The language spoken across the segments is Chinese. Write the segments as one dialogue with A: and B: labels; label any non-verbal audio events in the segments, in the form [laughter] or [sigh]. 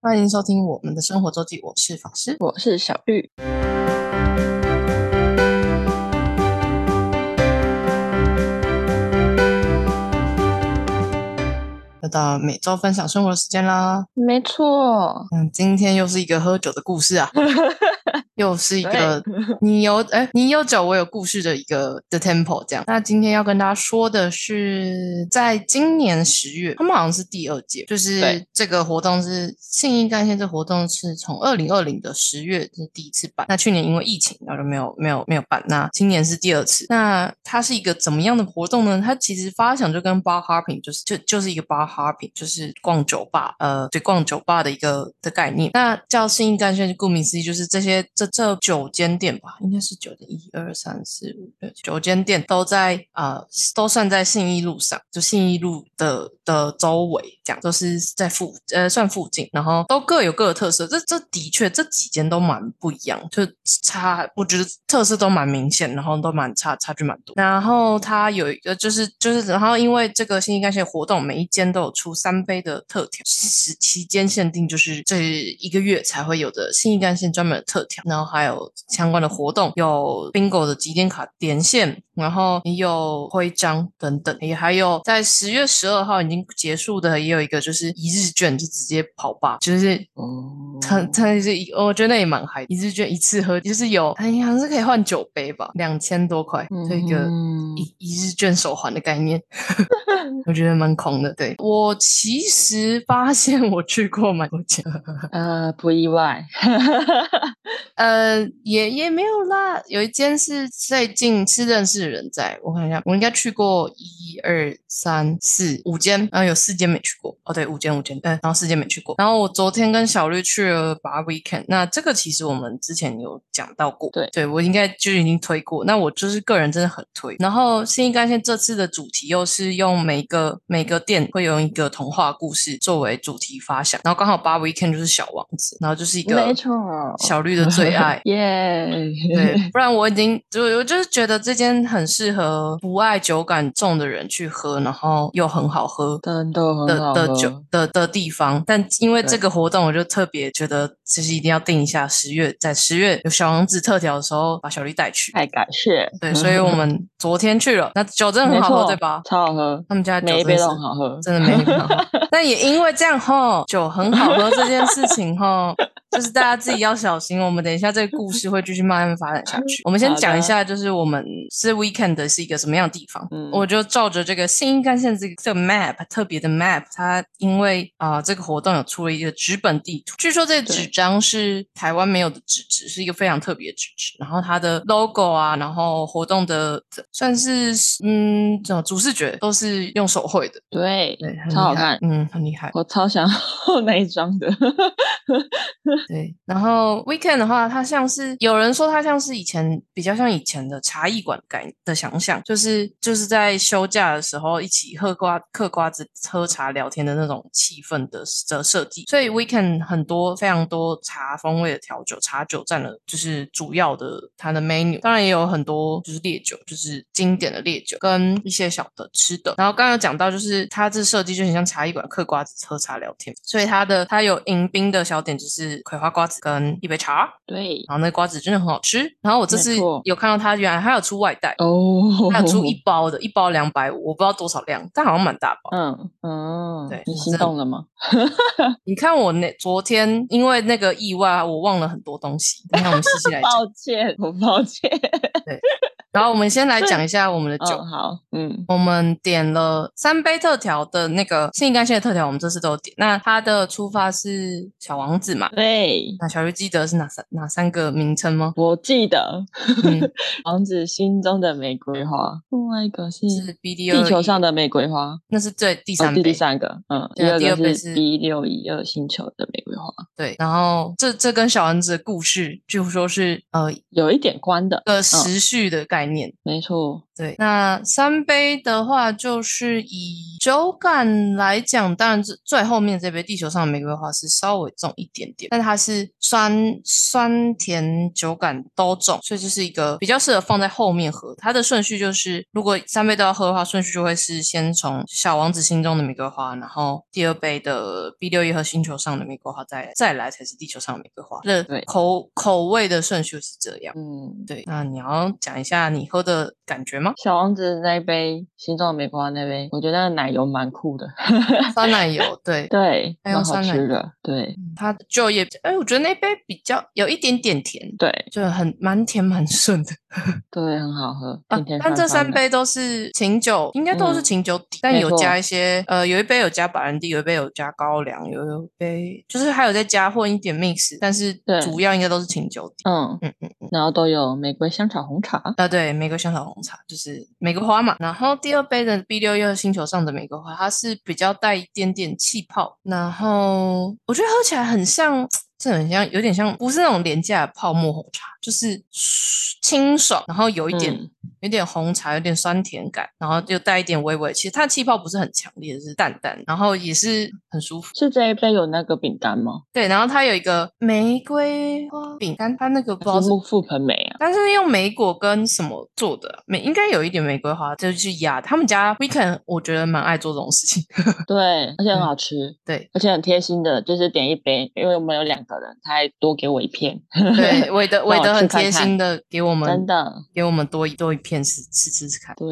A: 欢迎收听我们的生活周记，我是法师。
B: 我是小玉。
A: 又到每周分享生活的时间啦。
B: 没错，
A: 嗯，今天又是一个喝酒的故事啊，又是一个 [laughs] 你有哎，你有酒，我有故事的一个的 tempo 这样。那今天要跟大家说的是，在今年十月，他们好像是第二届，就是
B: 对
A: 这个活动是信义干线这活动是从二零二零的十月是第一次办，那去年因为疫情，然后就没有没有没有办，那今年是第二次。那它是一个怎么样的活动呢？它其实发想就跟 bar hopping 就是就就是一个 bar hopping，就是逛酒吧，呃，对，逛酒吧的一个的概念。那叫信义干线，顾名思义就是这些这这九间店吧，应该是九点一二三四五六九间店都在呃都算在信义路上，就信义路的的周围，这样都是在附呃算附近，然后都各有各的特色。这这的确这几间都蛮不一样，就差我觉得特色都蛮明显，然后都蛮差差距蛮多。然后它有一个就是就是，然后因为这个新一干线活动，每一间都有出三杯的特调，时期间限定就是这一个月才会有的新一干线专门的特调，然后还有相关的活动，有 bingo 的几点卡点线，然后也有徽章等等，也还有在十月十二号已经结束的，也有一个就是一日券，就直接跑吧，就是
B: 哦
A: 他他是一，我觉得那也蛮嗨的，一次券一次喝，就是有，哎，好像是可以换酒杯吧，两千多块，这一个
B: 嗯
A: 一一日券手环的概念，我觉得蛮狂的。对我其实发现我去过蛮多家，
B: 呃不意外， [laughs]
A: 呃，也也没有啦，有一间是最近是认识的人在，我看一下，我应该去过一二三四五间，然后有四间没去过，哦对，五间五间，对，然后四间没去过。然后我昨天跟小绿去了 Bar Weekend，那这个其实我们之前有讲到过，
B: 对
A: 对我应该就已经推过，那我就是个人真的很推。然后新一干线这次的主题又是用每个每个店会用一个童话故事作为主题发想，然后刚好 Bar Weekend 就是小王子，然后就是一个
B: 没错。
A: 小绿的最爱
B: [laughs] 耶，
A: 对，不然我已经就我就是觉得这间很适合不爱酒感重的人去喝，然后又很好喝
B: 真的很
A: 的
B: 好
A: 的
B: 喝
A: 酒的的地方。但因为这
B: 对
A: 个活动，我就特别觉得就是一定要定一下，十月在十月有小王子特调的时候，把小绿带去。
B: 太感谢。
A: 对，所以我们昨天去了，那酒真的很
B: 没
A: 好喝，
B: 错
A: 对吧？
B: 超好喝，
A: 他们家的酒
B: 每一
A: 真
B: 杯
A: 的
B: 都
A: 是
B: 很好喝，
A: 真的没很好。但也因为这样吼，酒很好喝这件事情吼，就是大家自己要小心。我们等一下这个故事会继续慢慢发展下去。我们先
B: 好的
A: 讲一下，就是我们是 weekend 的是一个什么样的地方。
B: 嗯
A: 我就照着这个新干线这个这个 map 特别的 map，它因为啊、这个活动有出了一个纸本地图，据说这个
B: 对
A: 纸张是台湾没有的纸质，是一个非常特别的纸质。然后它的 logo 啊，然后活动的算是嗯，怎么主视觉都是用手绘的，
B: 对
A: 对，很厉
B: 超好
A: 害
B: 看
A: 嗯，很厉害。
B: 我超想 [laughs] 要那一张的，
A: 对，然
B: 嗯
A: 后 weekend 的话，它像是有人说它像是以前比较像以前的茶艺馆感的想象，就是就是在休假的时候一起喝瓜嗑瓜子、喝茶聊天的那种气氛的的设计。所以 weekend 很多非常多茶风味的调酒，茶酒占了就是主要的它的 menu，当然也有很多就是烈酒，就是经典的烈酒跟一些小的吃的。然后刚刚有讲到，就是它这设计就很像茶艺馆嗑瓜子、喝茶聊天，所以它的它有迎宾的小点就是葵花瓜子跟一杯茶， [laughs]
B: 对
A: 然后那瓜子真的很好吃。然后我这次
B: 没错
A: 有看到它原来还有出外带，
B: 哦，
A: 它有出一
B: [laughs]
A: 包的，一包两百五，我不知道多少量，但好像蛮大包。
B: 嗯嗯，
A: 对
B: 你
A: 我
B: 心
A: 真的
B: 动了吗？
A: 你看我那昨天因为那个意外，我忘了很多东西。等一下我们细细来讲。
B: 抱歉，我抱歉。
A: 然后我们先来讲一下我们的 [laughs] 酒。
B: 嗯，好，嗯，
A: 我们点了三杯特调的那个性干线的特调，我们这次都有点。那它的出发是小王子嘛？
B: 对，？
A: 那小鱼记得是哪三哪三个名称吗
B: 我记得
A: 嗯，
B: [laughs] 王子心中的玫瑰花，另外一个是
A: 是 B D
B: 嗯地球上的玫瑰花，哦，
A: 那是最第三杯。
B: 第三个，嗯，
A: 对啊
B: 第
A: 第二
B: 二
A: 杯
B: 个
A: 是
B: 是 B 六一二星球的玫瑰花，
A: 对，然后这这跟小王子的故事，据说是呃
B: 有一点关的，
A: 个时序的概念。
B: 没错，
A: 对，那三杯的话，就是以酒感来讲，当然最最后面这杯地球上的玫瑰花是稍微重一点点，但它是酸酸甜酒感都重，所以这是一个比较适合放在后面喝。它的顺序就是，如果三杯都要喝的话，顺序就会是先从小王子心中的玫瑰花，然后第二杯的 B 六一和星球上的玫瑰花，再再来才是地球上的玫瑰花。这
B: 对
A: 口口味的顺序是这样。
B: 嗯，
A: 对，那你要讲一下你喝的感觉吗？
B: 小王子那一杯，心中的玫瑰花那杯，我觉得那个奶油蛮酷的， [laughs]
A: 酸奶油，对，
B: 对，
A: 还有
B: 蛮好
A: 酸奶
B: 吃的，对
A: 嗯它就也，哎，我觉得那杯比较有一点点甜，
B: 对
A: 就很蛮甜蛮顺的。
B: 对，很好喝，
A: 啊
B: 甜甜
A: 但这
B: 酸酸
A: 三
B: 的，
A: 杯都是琴酒，应该都是
B: 嗯
A: 琴酒底，但
B: 没
A: 有
B: 错
A: 加一些，呃，有一杯有加白兰地，有一杯有加高粱，有一杯就是还有再加混一点 mix，但是
B: 对
A: 主要应该都是琴酒底。
B: 嗯
A: 嗯
B: 嗯嗯，然后都有玫瑰香草红茶，
A: 啊，对，玫瑰香草红茶就是玫瑰花嘛。然后第二杯的 B 六一星球上的玫瑰花，它是比较带一点点气泡，然后我觉得喝起来很像，这很像，有点像，不是那种廉价的泡沫红茶，就是清爽，然后有一点、
B: 嗯
A: 有点红茶，有点酸甜感，然后又带一点微微，其实它的气泡不是很强烈，是淡淡，然后也是很舒服。
B: 是这一杯有那个饼干吗？
A: 对，然后它有一个玫瑰花饼干，它那个不知道
B: 还
A: 是
B: 是木富盆梅啊？
A: 但是用莓果跟什么做的啊？玫应该有一点玫瑰花，就是去压。他们家 Weekend 我觉得蛮爱做这种事
B: [laughs]
A: 情。
B: 对，而且
A: 嗯
B: 很好吃，
A: 对
B: 而且很贴心的，就是点一杯，因为我们有两个人，他还多给我一片， [laughs]
A: 对，韦德
B: 我
A: 韦德
B: 去
A: 很
B: 看
A: 贴
B: 看
A: 心的给我们
B: 真的，
A: 给我们多一多一片吃吃吃吃看。
B: 对，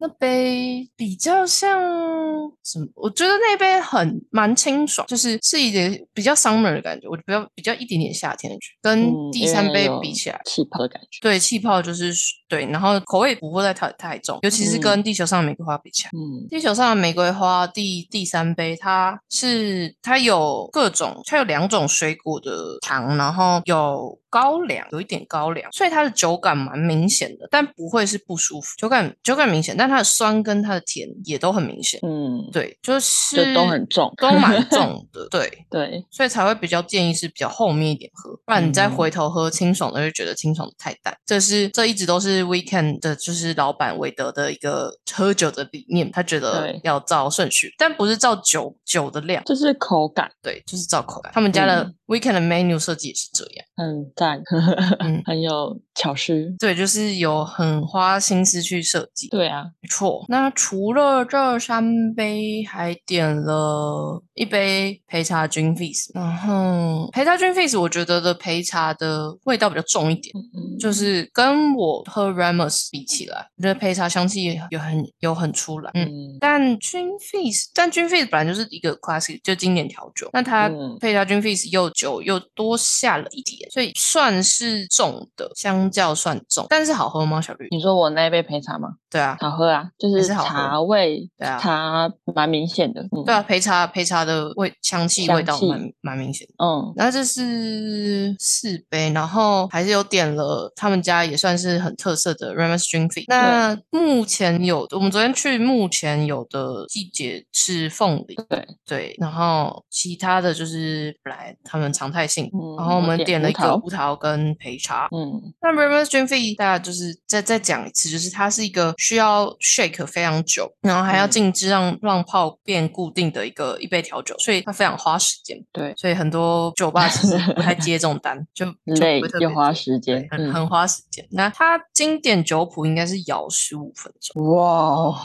A: 那杯比较像什么？我觉得那杯很蛮清爽，就是是一点比较 summer 的感觉，我比较比较一点点夏天的感觉，跟
B: 嗯
A: 第
B: 因为
A: 三杯
B: 有
A: 比起来。
B: 气泡的感觉，
A: 对，气泡就是对，然后口味不会太太太重，尤其是
B: 嗯
A: 跟地球上的玫瑰花比起来。
B: 嗯
A: 地球上的玫瑰花第第三杯，它是它有各种，它有两种水果的糖，然后有高粱，有一点高粱，所以它的酒感蛮明显的，但不会是不舒服，酒感酒感明显，但它的酸跟它的甜也都很明显。
B: 嗯，
A: 对，就是
B: 就都很重，
A: 都蛮重的，对，
B: [laughs] 对，
A: 所以才会比较建议是比较后面一点喝，不然你再
B: 嗯
A: 回头喝清爽的，就觉得清爽的太淡。这是这一直都是 Weekend 的，就是老板韦德的一个喝酒的理念，他觉得
B: 对
A: 要照顺序，但不是照酒酒的量，
B: 就是口感
A: 对，就是照口感。他们家的
B: 嗯
A: Weekend 的 menu 设计也是这样，
B: 很赞， [laughs]
A: 嗯
B: 很有巧思，
A: 对，就是有很花心思去设计。
B: 对啊，
A: 没错，那除了这三杯，还点了一杯焙茶君 fizz，然后焙茶君 fizz 我觉得的焙茶的味道比较重一点，
B: 嗯
A: 就是跟我喝 Ramos 比起来，我觉得焙茶香气有很有很出来，嗯。
B: 嗯
A: 但君 fizz，但君 fizz 本来就是一个 classic，就经典调酒，那它
B: 嗯
A: 配茶君 fizz 又酒又多下了一点，所以算是重的，相较算重，但是好喝吗？小绿，
B: 你说我那一杯陪茶吗？
A: 对啊，
B: 好喝啊，就
A: 还
B: 是
A: 是好喝
B: 茶味，
A: 对啊
B: 茶蛮明显的，嗯
A: 对啊，焙茶焙茶的味香气
B: 香
A: 味道
B: 气
A: 蛮蛮明显的。
B: 嗯，
A: 那这是四杯，然后还是有点了他们家也算是很特色的 Ramus String Fee。那目前有，我们昨天去，目前有的季节是凤梨，
B: 对，
A: 对，然后其他的就是本来他们常态性，
B: 嗯
A: 然后我们点
B: 点
A: 了一
B: 葡
A: 个
B: 萄
A: 葡萄跟焙茶，
B: 嗯
A: 那 River Stream Fee 大家就是再再讲一次，就是它是一个需要 shake 非常久，然后还要
B: 嗯
A: 静置让让泡变固定的一个一杯调酒，所以它非常花时间。
B: 对
A: 所以很多酒吧其实不太接这种单，
B: [laughs]
A: 就就
B: 累
A: 不会特别
B: 又花
A: 做
B: 时间
A: 对，很
B: 嗯，
A: 很花时间。那它经典酒谱应该是摇十五分钟，
B: 哇哦，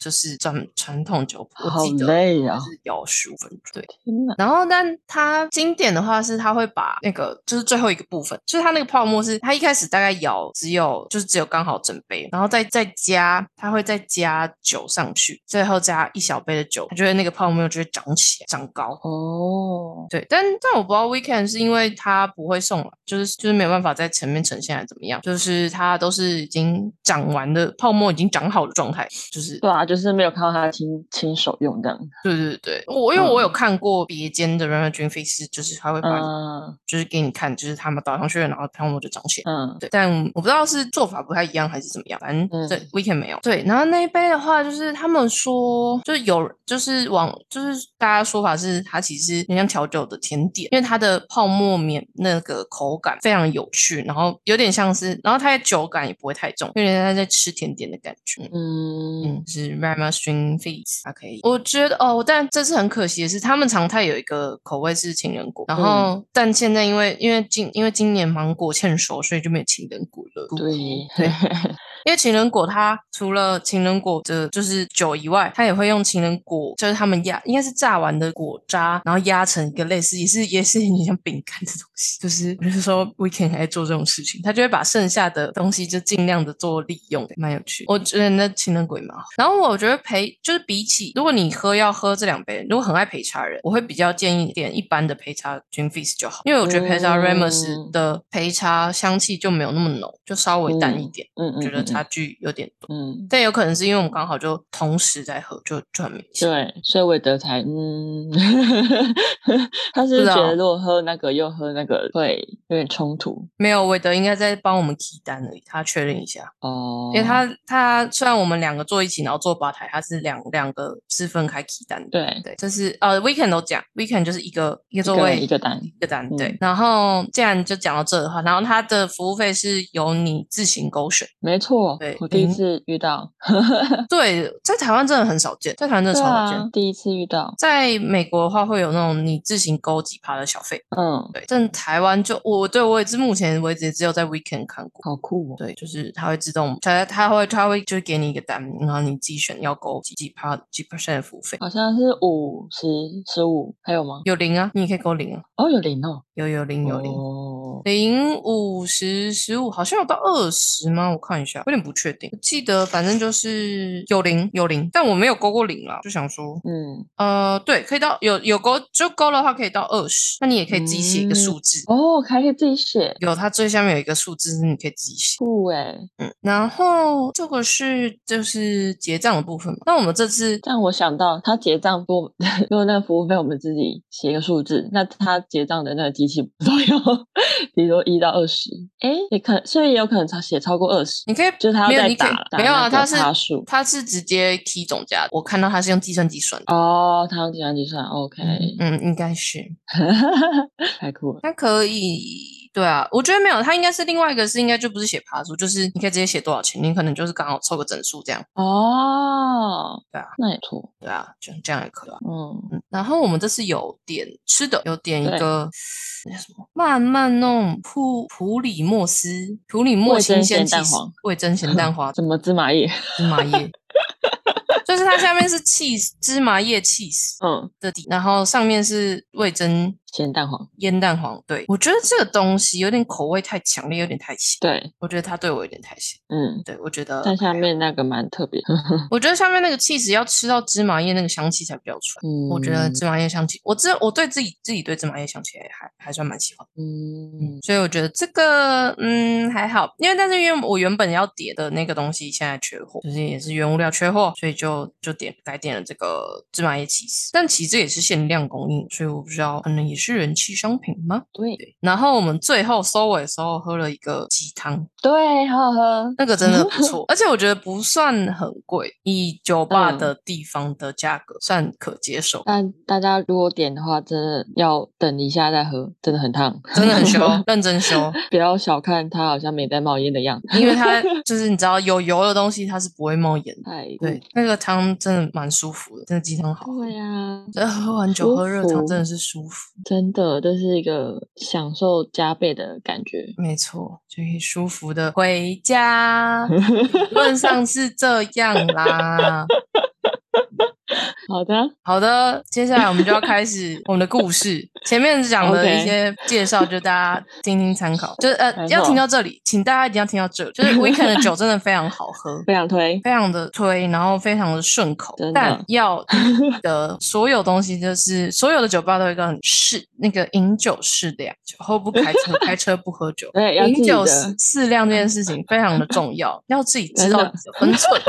A: 就是传传统酒谱，
B: 好
A: 我记得
B: 累啊
A: 就是摇十五分钟。对，
B: 天哪，
A: 然后，但它经典的话是，它会把那个就是最后一个部分，就是它那个泡沫是，它一开始大概摇只有就是只有刚好整杯，然后再再加，它会再加酒上去，最后加一小杯的酒，它就会那个泡沫就会长起来，长高。
B: 哦，
A: 对，但但我不知道 Weekend 是因为它不会送了，就是就是没有办法在前面呈现，还是怎么样？就是它都是已经长完的泡沫已经长好的状态，就是
B: 对啊，就是没有看到他亲亲手用这样，
A: 对对对，我因为我有
B: 嗯
A: 看过别间的 r a m a g i n Face，就是他会把你
B: 嗯，
A: 就是给你看，就就是他们导航学院，然后他们就涨起来。
B: 嗯，
A: 对，但我不知道是做法不太一样还是怎么样，反正
B: 嗯
A: 对、weekend 没有。对，然后那一杯的话，就是他们说，就是有就是往就是大家说法是它其实有点像调酒的甜点，因为它的泡沫棉那个口感非常有趣，然后有点像是，然后它的酒感也不会太重，有点像在吃甜点的感觉。嗯
B: 嗯，
A: 嗯，是 r a m a s t r i n g Feast，它可以。我觉得哦，但这次很可惜的是，他们常态有一个口味是情人果，然后、但现在因为因为今因为今年芒果欠熟，所以就没有情人果了。
B: 对，
A: 对，因为情人果它除了情人果的就是酒以外，它也会用情人果，就是他们压应该是榨完的果渣，然后压成一个类似也是也是有点像饼干的东西。就是比如说 Weekend 还在做这种事情，他就会把剩下的东西就尽量的做利用，蛮有趣。我觉得那情人果也蛮好。然后我觉得陪就是比起如果你喝要喝这两杯，如果很爱陪茶的人，我会比较建议点一般的陪茶 Gin Fizz 就好，因为我觉得陪茶
B: 嗯
A: Ramos 的陪茶香气就没有那么浓，就稍微淡一点。
B: 嗯嗯，
A: 觉得
B: 嗯，
A: 差距有点多。
B: 嗯，
A: 但有可能是因为我们刚好就同时在喝，就就很明显。
B: 对，所以韦德才嗯， [laughs] 他是
A: 是
B: 觉
A: 哦
B: 得如果喝那个又喝那个会有点冲突
A: 没有，韦德应该在帮我们提单而已，他确认一下，
B: 哦，
A: 因为他他虽然我们两个坐一起，然后坐吧台，他是两两个是分开提单的。
B: 对
A: 对，这是呃，weekend 都讲，weekend 就是一个一个座
B: 个
A: 位
B: 人一个单
A: 一个单对
B: 嗯。
A: 然后既然就讲到这的话，然后他的服务费是由你自行勾选。
B: 没错
A: 对，
B: 我第一
A: 嗯
B: 次遇到，
A: 对，在台湾真的很少见，在台湾真的
B: 对
A: 超少见。
B: 啊，第一次遇到，
A: 在美国的话，会有那种你自行勾几趴的小费。
B: 嗯，
A: 对，但台湾就我对我也是目前为止只有在 Weekend 看过。
B: 好酷哦，
A: 对，就是它会自动，它它会它会就给你一个单，然后你自己选要勾几几趴几 percent 的服务费，
B: 好像是五十十五，还有吗？
A: 有零啊，你也可以勾零啊，
B: 哦，有零哦，
A: 有有零有零。
B: 哦，
A: 零五十十五，好像有到二十吗？我看一下，有点不确定。我记得反正就是有零有零，但我没有勾过零啦，就想说，
B: 嗯，
A: 呃，对，可以到有有勾就勾的话可以到二十，那你也可以自己写一个数字，
B: 哦，还可以自己写，
A: 有它最下面有一个数字是你可以自己写。
B: 酷哎，
A: 嗯，然后这个是就是结账的部分嘛。那我们这次
B: 但我想到他结账 [laughs] 不，因为那个服务费我们自己写一个数字，那他结账的那个机器不知道要， [laughs] 比如说一到二十，哎，也可所以也有可能他写超过二十，
A: 你可以
B: 就是他
A: 没
B: 要
A: 有你可
B: 再
A: 以
B: 打打
A: 没有啊，
B: 那个
A: 它是
B: 趴数
A: 它是直接 key 总价，我看到它是用计算机算的。
B: 哦，他用计算机算，OK，
A: 嗯，应该是，
B: [laughs] 太酷了，
A: 它可以，对啊，我觉得没有，它应该是另外一个是应该就不是写爬数，就是你可以直接写多少钱，你可能就是刚好凑个整数这样，
B: 哦，
A: 对啊，
B: 那也错，
A: 对啊，就这样也可以啊。
B: 嗯，
A: 嗯，然后我们这次有点吃的，有点一
B: 对
A: 个那叫什么慢慢弄普普里莫斯普里莫
B: 味
A: 新
B: 增
A: 鲜
B: 咸
A: 起
B: 蛋
A: 司
B: 黄
A: 味增咸蛋花
B: 什么芝麻叶， [laughs]
A: 芝麻叶，就是它下面是 cheese 芝麻叶 cheese
B: 嗯，
A: 的底，然后上面是味增
B: 咸蛋黄，
A: 腌蛋黄。对我觉得这个东西有点口味太强烈，有点太咸。
B: 对，
A: 我觉得它对我有点太咸。
B: 嗯，
A: 对我觉得
B: 但下
A: 还好，
B: 面那个蛮特别，
A: 我觉得下面那个 cheese 要吃到芝麻叶那个香气才比较出来。[laughs]
B: 嗯，
A: 我觉得芝麻叶香气，我自我对自己自己对芝麻叶香气还还还算蛮喜欢的。
B: 嗯，
A: 所以我觉得这个嗯还好，因为但是因为我原本要点的那个东西现在缺货，就是也是原物料缺货，所以就就点改点了这个芝麻叶起司，但其实这也是限量供应，所以我不知道可能也是人气商品吗？
B: 对
A: 对。然后我们最后收尾的时候喝了一个鸡汤，
B: 对，好好喝，
A: 那个真的不错，而且我觉得不算很贵，以酒吧的地方的价格算可接受。
B: 但大家如果点的话，真的要等一下再喝，真的很烫，
A: 真的
B: [laughs]
A: 很修，认真修，
B: 不要小看它好像没在冒烟的样子。
A: 因为它就是你知道有油的东西它是不会冒烟的。
B: 哎，
A: 对，那个汤真的蛮舒服的，真的鸡汤好喝。
B: 对呀，
A: 这喝完酒
B: 舒
A: 喝热汤
B: 服
A: 真的是舒服，
B: 真的，这是一个享受加倍的感觉。 [laughs]
A: 没错，就可以舒服的回家。理论上是这样啦。
B: 好的，
A: 好的，接下来我们就要开始我们的故事。前面讲的
B: OK
A: 一些介绍，就大家听听参考。就是呃，
B: 没
A: 要听
B: 错
A: 到这里，请大家一定要听到这里。就是 Weekend 的酒真的非常好喝，
B: 非常推，
A: 非常的推，然后非常的顺口
B: 真，的 [laughs]
A: 但要的所有东西就是所有的酒吧都有一个很适那个饮酒适量，酒后不开车，开车不喝酒。
B: [laughs] 对，要记
A: 饮酒适
B: 得，
A: 适量这件事情非常的重要，要自己知道
B: 真的
A: 自己的分寸。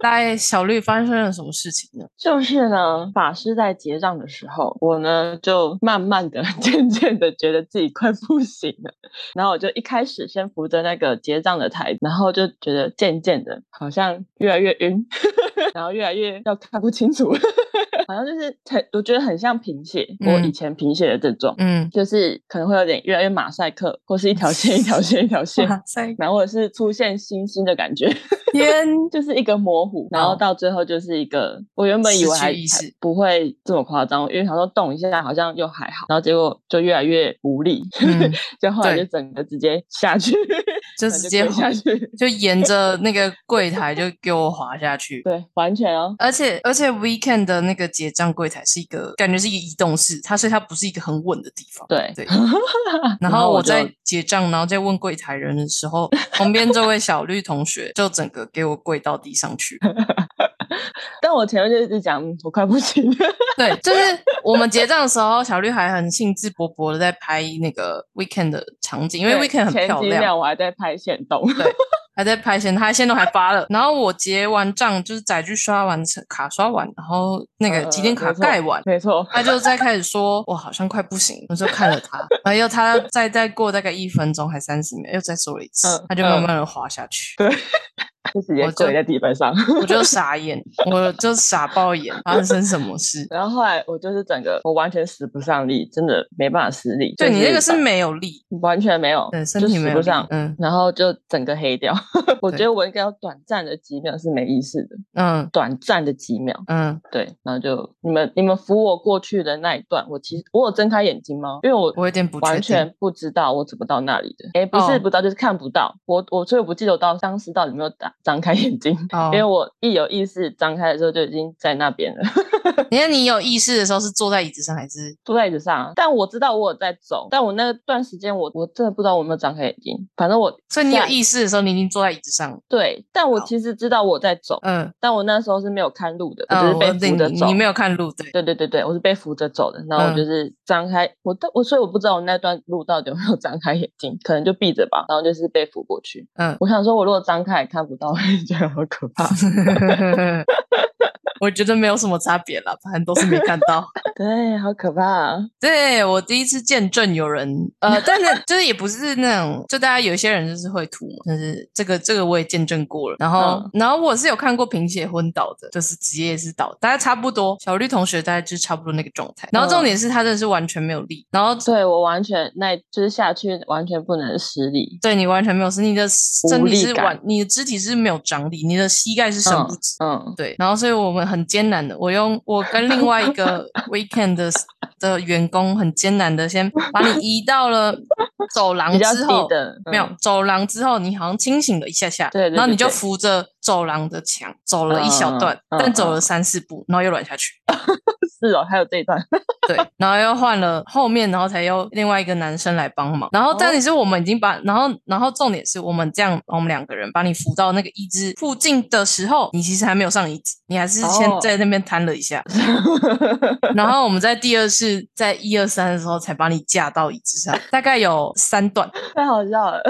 A: 大概小绿发生了什么事情呢？
B: 就是呢，法师在结账的时候，我呢就慢慢的、渐渐的觉得自己快不行了。然后我就一开始先扶着那个结账的台子，然后就觉得渐渐的好像越来越晕， [laughs] 然后越来越要看不清楚， [laughs] 好像就是很我觉得很像贫血，我以
A: 嗯
B: 前贫血的症状，
A: 嗯，
B: 就是可能会有点越来越马赛克，或是一条线一条线一条
A: [laughs]
B: 线，
A: 哇塞，
B: 然后或者是出现星星的感觉。 [laughs]
A: 天，
B: 就是一个模糊，然后到最后就是一个，我原本以为还
A: 嗯失去意识
B: 还不会这么夸张，因为想说动一下好像又还好，然后结果就越来越无力，
A: 嗯
B: [laughs] 就后来
A: 对
B: 就整个直接下去，
A: 就直接
B: 跪下去，
A: 就沿着那个柜台就给我滑下去。
B: 对，完全哦，
A: 而且而且，weekend 的那个结账柜台是一个感觉是一个移动式，它所以它不是一个很稳的地方。
B: 对。
A: 对
B: [laughs]
A: 然后我
B: 就
A: 在结账，然后在问柜台人的时候，旁边这位小绿同学就整个给我跪到地上
B: [laughs]
A: 去。
B: 但我前面就一直讲嗯我快不行了，
A: 对，就是我们结账的时候，小绿还很兴致勃勃的在拍那个 weekend 的场景，因为
B: 对
A: weekend 很漂
B: 前几
A: 亮，
B: 秒我还在拍线动，
A: 还在拍线，他还线都还发了。然后我结完账，就是载具刷完成卡刷完，然后那个几点
B: 呃
A: 卡
B: 没错
A: 盖完，
B: 没错，
A: 他就在开始说，我好像快不行，我就看了他，然后又他再再过大概一分钟还三十秒，又再说了一次，
B: 嗯
A: 他就
B: 嗯
A: 慢慢的滑下去，
B: 就直接
A: 我就
B: 跪在地板上。
A: 我就傻眼，我就傻爆眼，发生什么事？
B: 然后后来我就是整个我完全使不上力，真的没办法施力。
A: 对
B: 就
A: 你那个是
B: 把
A: 没有力，
B: 完全没有，
A: 对身
B: 就
A: 体
B: 使
A: 没有
B: 不
A: 力
B: 上，，
A: 嗯
B: 然后就整个黑掉。 [laughs] 我觉
A: 对
B: 得我应该有短暂的几秒是没意识的，
A: 嗯
B: 短暂的几秒，
A: 嗯，
B: 对，然后就你们你们扶我过去的那一段，我其实我有睁开眼睛吗？因为我
A: 我有点不确
B: 完
A: 定，
B: 全不知道我怎么到那里的，诶，不是
A: 哦
B: 不知道，就是看不到。我我所以我不记得我到当时到底有没有打张开眼睛，
A: 哦
B: 因为我一有意识张开的时候就已经在那边了。 [laughs]
A: 你看你有意识的时候是坐在椅子上还是？
B: 坐在椅子上啊，但我知道我有在走，但我那段时间我我真的不知道我有没有张开眼睛，反正我
A: 所以你有
B: 下
A: 意识的时候，你已经坐在椅子上了，
B: 对，但我
A: 好
B: 其实知道我在走，
A: 嗯
B: 但我那时候是没有看路的，
A: 嗯，
B: 我
A: 我
B: 只是被
A: 对
B: 扶着
A: 你
B: 走。
A: 你没有看路，对，
B: 对对对对，我是被扶着走的，然后我就
A: 嗯
B: 是张开，我到我所以我不知道我那段路到底有没有张开眼睛，可能就闭着吧，然后就是被扶过去。
A: 嗯。
B: 我想说，我如果张开也看不到， [laughs] 觉得好可 [laughs] 怕。
A: [laughs] 我觉得没有什么差别啦，反正都是没看到。
B: 对，好可怕、啊。
A: 对我第一次见证有人，呃，但是就是也不是那种，就大家有些人就是会吐嘛，但是这个这个我也见证过了。然后、
B: 嗯
A: 然后我是有看过贫血昏倒的，就是职业是倒，大家差不多。小绿同学大概就是差不多那个状态。然后重
B: 嗯
A: 点是他真的是完全没有力，然后
B: 对我完全那就是下去完全不能施力。
A: 对你完全没有事，你的身体
B: 力
A: 是
B: 感
A: 完，你的肢体是没有张力，你的膝盖是伸不直。
B: 嗯，
A: 对，然后所以我们很艰难的，我用我跟另外一
B: [laughs]
A: 个 weekend 的的员工很艰难的先把你移到了走廊
B: 比较
A: 之后
B: 低，的，
A: 没有
B: 嗯
A: 走廊之后，你好像清醒了一下下，
B: 对对对
A: 然后你就
B: 对
A: 扶着走廊的墙走了一小段，
B: 嗯嗯嗯
A: 但走
B: 嗯
A: 了三四步，然后又软下去，
B: 是哦，还有这一段， [laughs]
A: 对，然后又换了后面，然后才又另外一个男生来帮忙。
B: 哦
A: 然后但你是我们已经把，然后然后重点是我们这样，我们两个人把你扶到那个椅子附近的时候，你其实还没有上椅子，你还是先
B: 哦
A: 在那边瘫了一下。 [laughs] 然后我们在第二次，在一二三的时候才把你架到椅子上，大概有三段，
B: 太好笑了，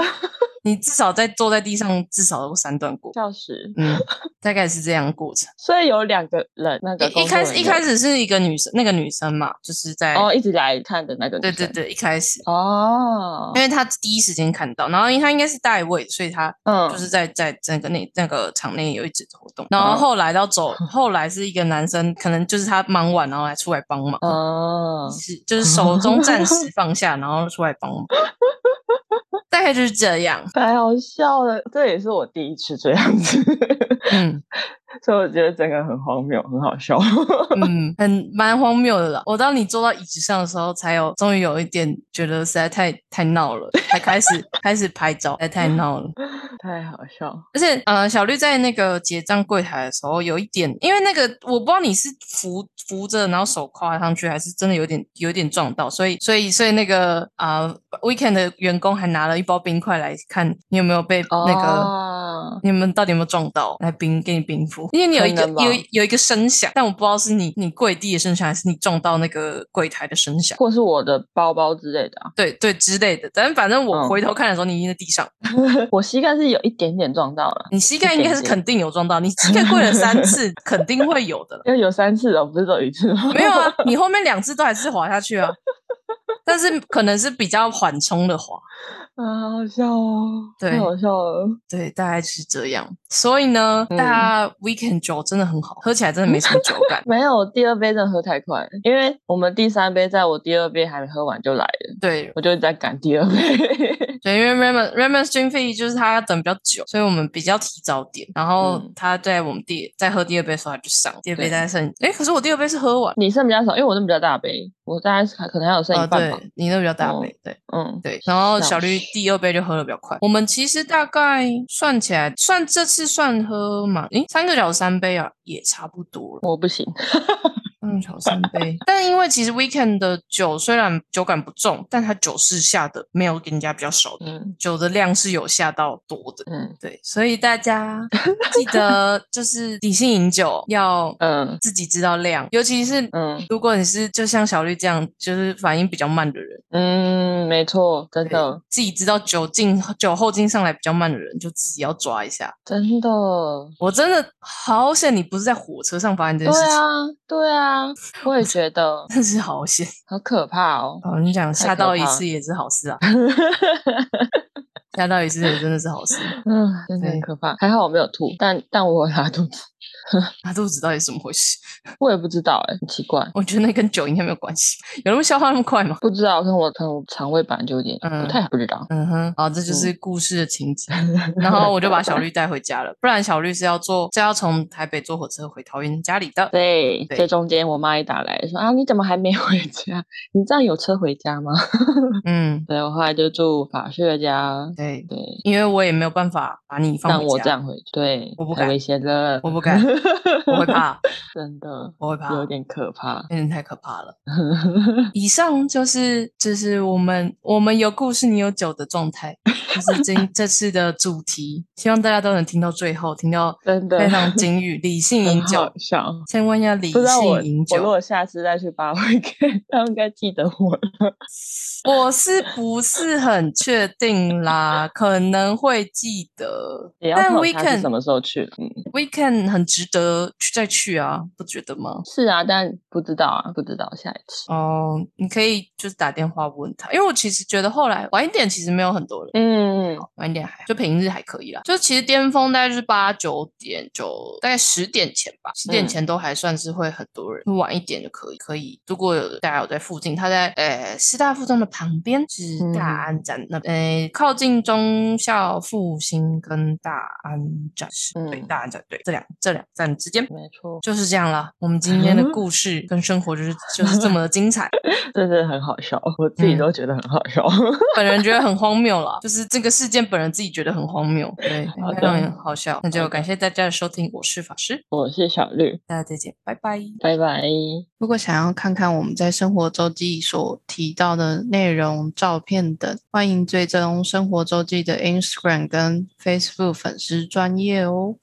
A: 你至少在坐在地上至少有三段过。
B: 笑死。
A: 嗯，大概是这样的过程。
B: 所以有两个人，那个
A: 一一开始一开
B: 始
A: 始是一个女生，那个女生嘛，就是在、
B: 哦，一直来看的那个，
A: 对对，对，一开始
B: 哦
A: 因，为他第一时间看到，然后因为他应该是代位，所以他
B: 嗯，
A: 就是在在整个那那个场内有一直活动。然后后来到走，后来是一个男生，可能就是他忙完然后来出来帮忙，
B: 哦，
A: 是就是手中暂时放下，然后出来帮忙，大概就是这样。
B: 太好笑了，这也是我第一次这样子， [laughs]
A: 嗯
B: 所以我觉得整个很荒谬，很好笑。 [laughs]
A: 嗯，很蛮荒谬的啦。我当你坐到椅子上的时候，才有终于有一点觉得实在太太闹了，才开始开始拍照，哎，太闹了。
B: 太好笑，
A: 而且呃，小绿在那个结账柜台的时候，有一点，因为那个我不知道你是扶扶着，然后手跨上去，还是真的有点有点撞到，所以所以所以那个啊、呃 weekend 的员工还拿了一包冰块来看你有没有被那个、
B: 啊，
A: 你们到底有没有撞到？来冰给你冰敷，因为你有一个
B: 可能吧
A: 有有一个声响，但我不知道是你你跪地的声响，还是你撞到那个柜台的声响，
B: 或是我的包包之类的啊。
A: 对对之类的。但反正我
B: 嗯
A: 回头看的时候，你已经在地上，
B: 我膝盖是有一点点撞到了，
A: 你膝盖应该是
B: 一点点
A: 肯定有撞到，你膝盖跪了三
B: [laughs]
A: 次，肯定会有的了。
B: 因为有三次哦，不是只有一次吗？
A: 没有啊，你后面两次都还是滑下去啊，但是可能是比较缓冲的滑。
B: [laughs] 啊，好笑哦，
A: 对
B: 太好笑了。
A: 对，大概是这样。所以呢，
B: 嗯。
A: 大家 weekend 酒真的很好，喝起来真的没什么酒感
B: [laughs] 没有，我第二杯真的喝太快了，因为我们第三杯在我第二杯还没喝完就来了，
A: 对
B: 我就一直在赶第二杯。 [laughs]
A: 对，因为 Raymond Raymond s t r e a m f e e 就是他要等比较久，所以我们比较提早点。然后
B: 嗯
A: 他在我们第在喝第二杯的时候他就上，第二杯
B: 对
A: 大概剩哎，可是我第二杯是喝完。
B: 你剩比较少，因为我剩比较大杯，我大概是还可能还有剩
A: 啊、
B: 一半吧。
A: 对，你那比较大
B: 哦
A: 杯，对
B: 嗯，
A: 对。然后
B: 那
A: 小
B: 我
A: 绿
B: 是
A: 第二杯就喝的比较快。我们其实大概算起来，算这次算喝嘛，诶，三个小时三杯啊，也差不多了。
B: 我不行。
A: 嗯，小三
B: [laughs]
A: 杯。但因为其实 weekend 的酒虽然酒感不重，但它酒是下的没有给人家比较少的，
B: 嗯
A: 酒的量是有下到多的。
B: 嗯
A: 对，所以大家记
B: [laughs]
A: 得就是理性饮酒，要
B: 嗯
A: 自己知道量，尤其是
B: 嗯
A: 如果你是就像小绿这样，就是反应比较慢的人，
B: 嗯，没错，真
A: 对
B: 的
A: 自己知道酒精酒后劲上来比较慢的人，就自己要抓一下。
B: 真的。
A: 我真的好险，你不是在火车上发生这
B: 对
A: 件事情，
B: 啊，对啊，
A: [laughs]
B: 我也觉得
A: 真是好险。
B: 好可怕哦。
A: 哦，你讲
B: 太
A: 吓
B: 可
A: 到一
B: 怕了
A: 次也是好
B: [laughs]
A: 事啊， [laughs] 吓到一次也真的是好事。
B: 嗯，真的
A: 对
B: 很可怕。还好我没有吐，但但我有拉肚子，
A: 拉肚子到底是怎么回事？ [laughs]
B: 我也不知道哎、很奇怪。
A: 我觉得那跟酒应该没有关系，有那么消化那么快吗？
B: 不知道，可能我可能我肠胃本来就有点
A: 嗯
B: 不太不知道。
A: 嗯哼，好，这就是故事的情
B: [laughs]
A: 节。然后我就把小绿带回家了，不然小绿是要坐，是要从台北坐火车回桃园家里的。
B: 对，
A: 对
B: 这中间我妈也打来说啊，你怎么还没回家？你这样有车回家吗？
A: 嗯，
B: 对，我后来就住法师的家，
A: 对，
B: 对，
A: 因为我也没有办法把你放
B: 让
A: 回
B: 我
A: 家，
B: 这样回，对
A: 我不，
B: 太
A: 敢
B: 危险了，
A: 我不
B: [laughs]
A: 敢我会，怕，
B: 真的
A: 我会怕，
B: 有点可怕。
A: 有点太可怕
B: [laughs]
A: 了。以上就是就是我们我们有故事你有酒的状态，就是
B: [laughs]
A: 今这次的主题，希望大家都能听到最后，听到
B: 真的
A: 非
B: [laughs]
A: 常警语，理性饮
B: 很
A: 酒
B: 好。笑。
A: 先问一下理
B: 不知道我，
A: 性饮
B: 我
A: 酒
B: 如，果下次再去八会看， [laughs] 他们应该记得我了。
A: 我是不是很确定啦？可能会记得，
B: 也要
A: 但
B: 看我下次什
A: weekend
B: 么时候去。嗯，
A: weekend 很值得去再去啊，不觉得吗？
B: 是啊，但不知道啊，不知道下一次。
A: 哦，你可以就是打电话问他，因为我其实觉得后来晚一点其实没有很多人，
B: 嗯，
A: 晚一点还就平日还可以啦，就其实巅峰大概就是八九点九，大概十点前吧，十点
B: 嗯
A: 前都还算是会很多人，晚一点就可以。可以，如果有大家有在附近，他在呃师大附中的旁边，就是大
B: 嗯
A: 安站那边，呃靠近中校复兴跟大安站，是对
B: 嗯
A: 大安站对这两这两站之间。
B: 没错，
A: 就是这样啦，我们今天的
B: 啊
A: 故事跟生活就是就是这么的精彩。
B: 真的很好笑，我自己
A: 嗯
B: 都觉得很好笑。 [laughs]
A: 本人觉得很荒谬啦，就是这个事件本人自己觉得很荒谬，对，
B: 好的
A: 让人好笑。那就
B: 好的
A: 感谢大家的收听，我是法师，
B: 我是小绿，
A: 大家再见，拜拜。
B: 拜拜。
A: 如果想要看看我们在生活周记所提到的内容、照片等，欢迎追踪生活周记的 Instagram 跟 Facebook 粉丝专业哦。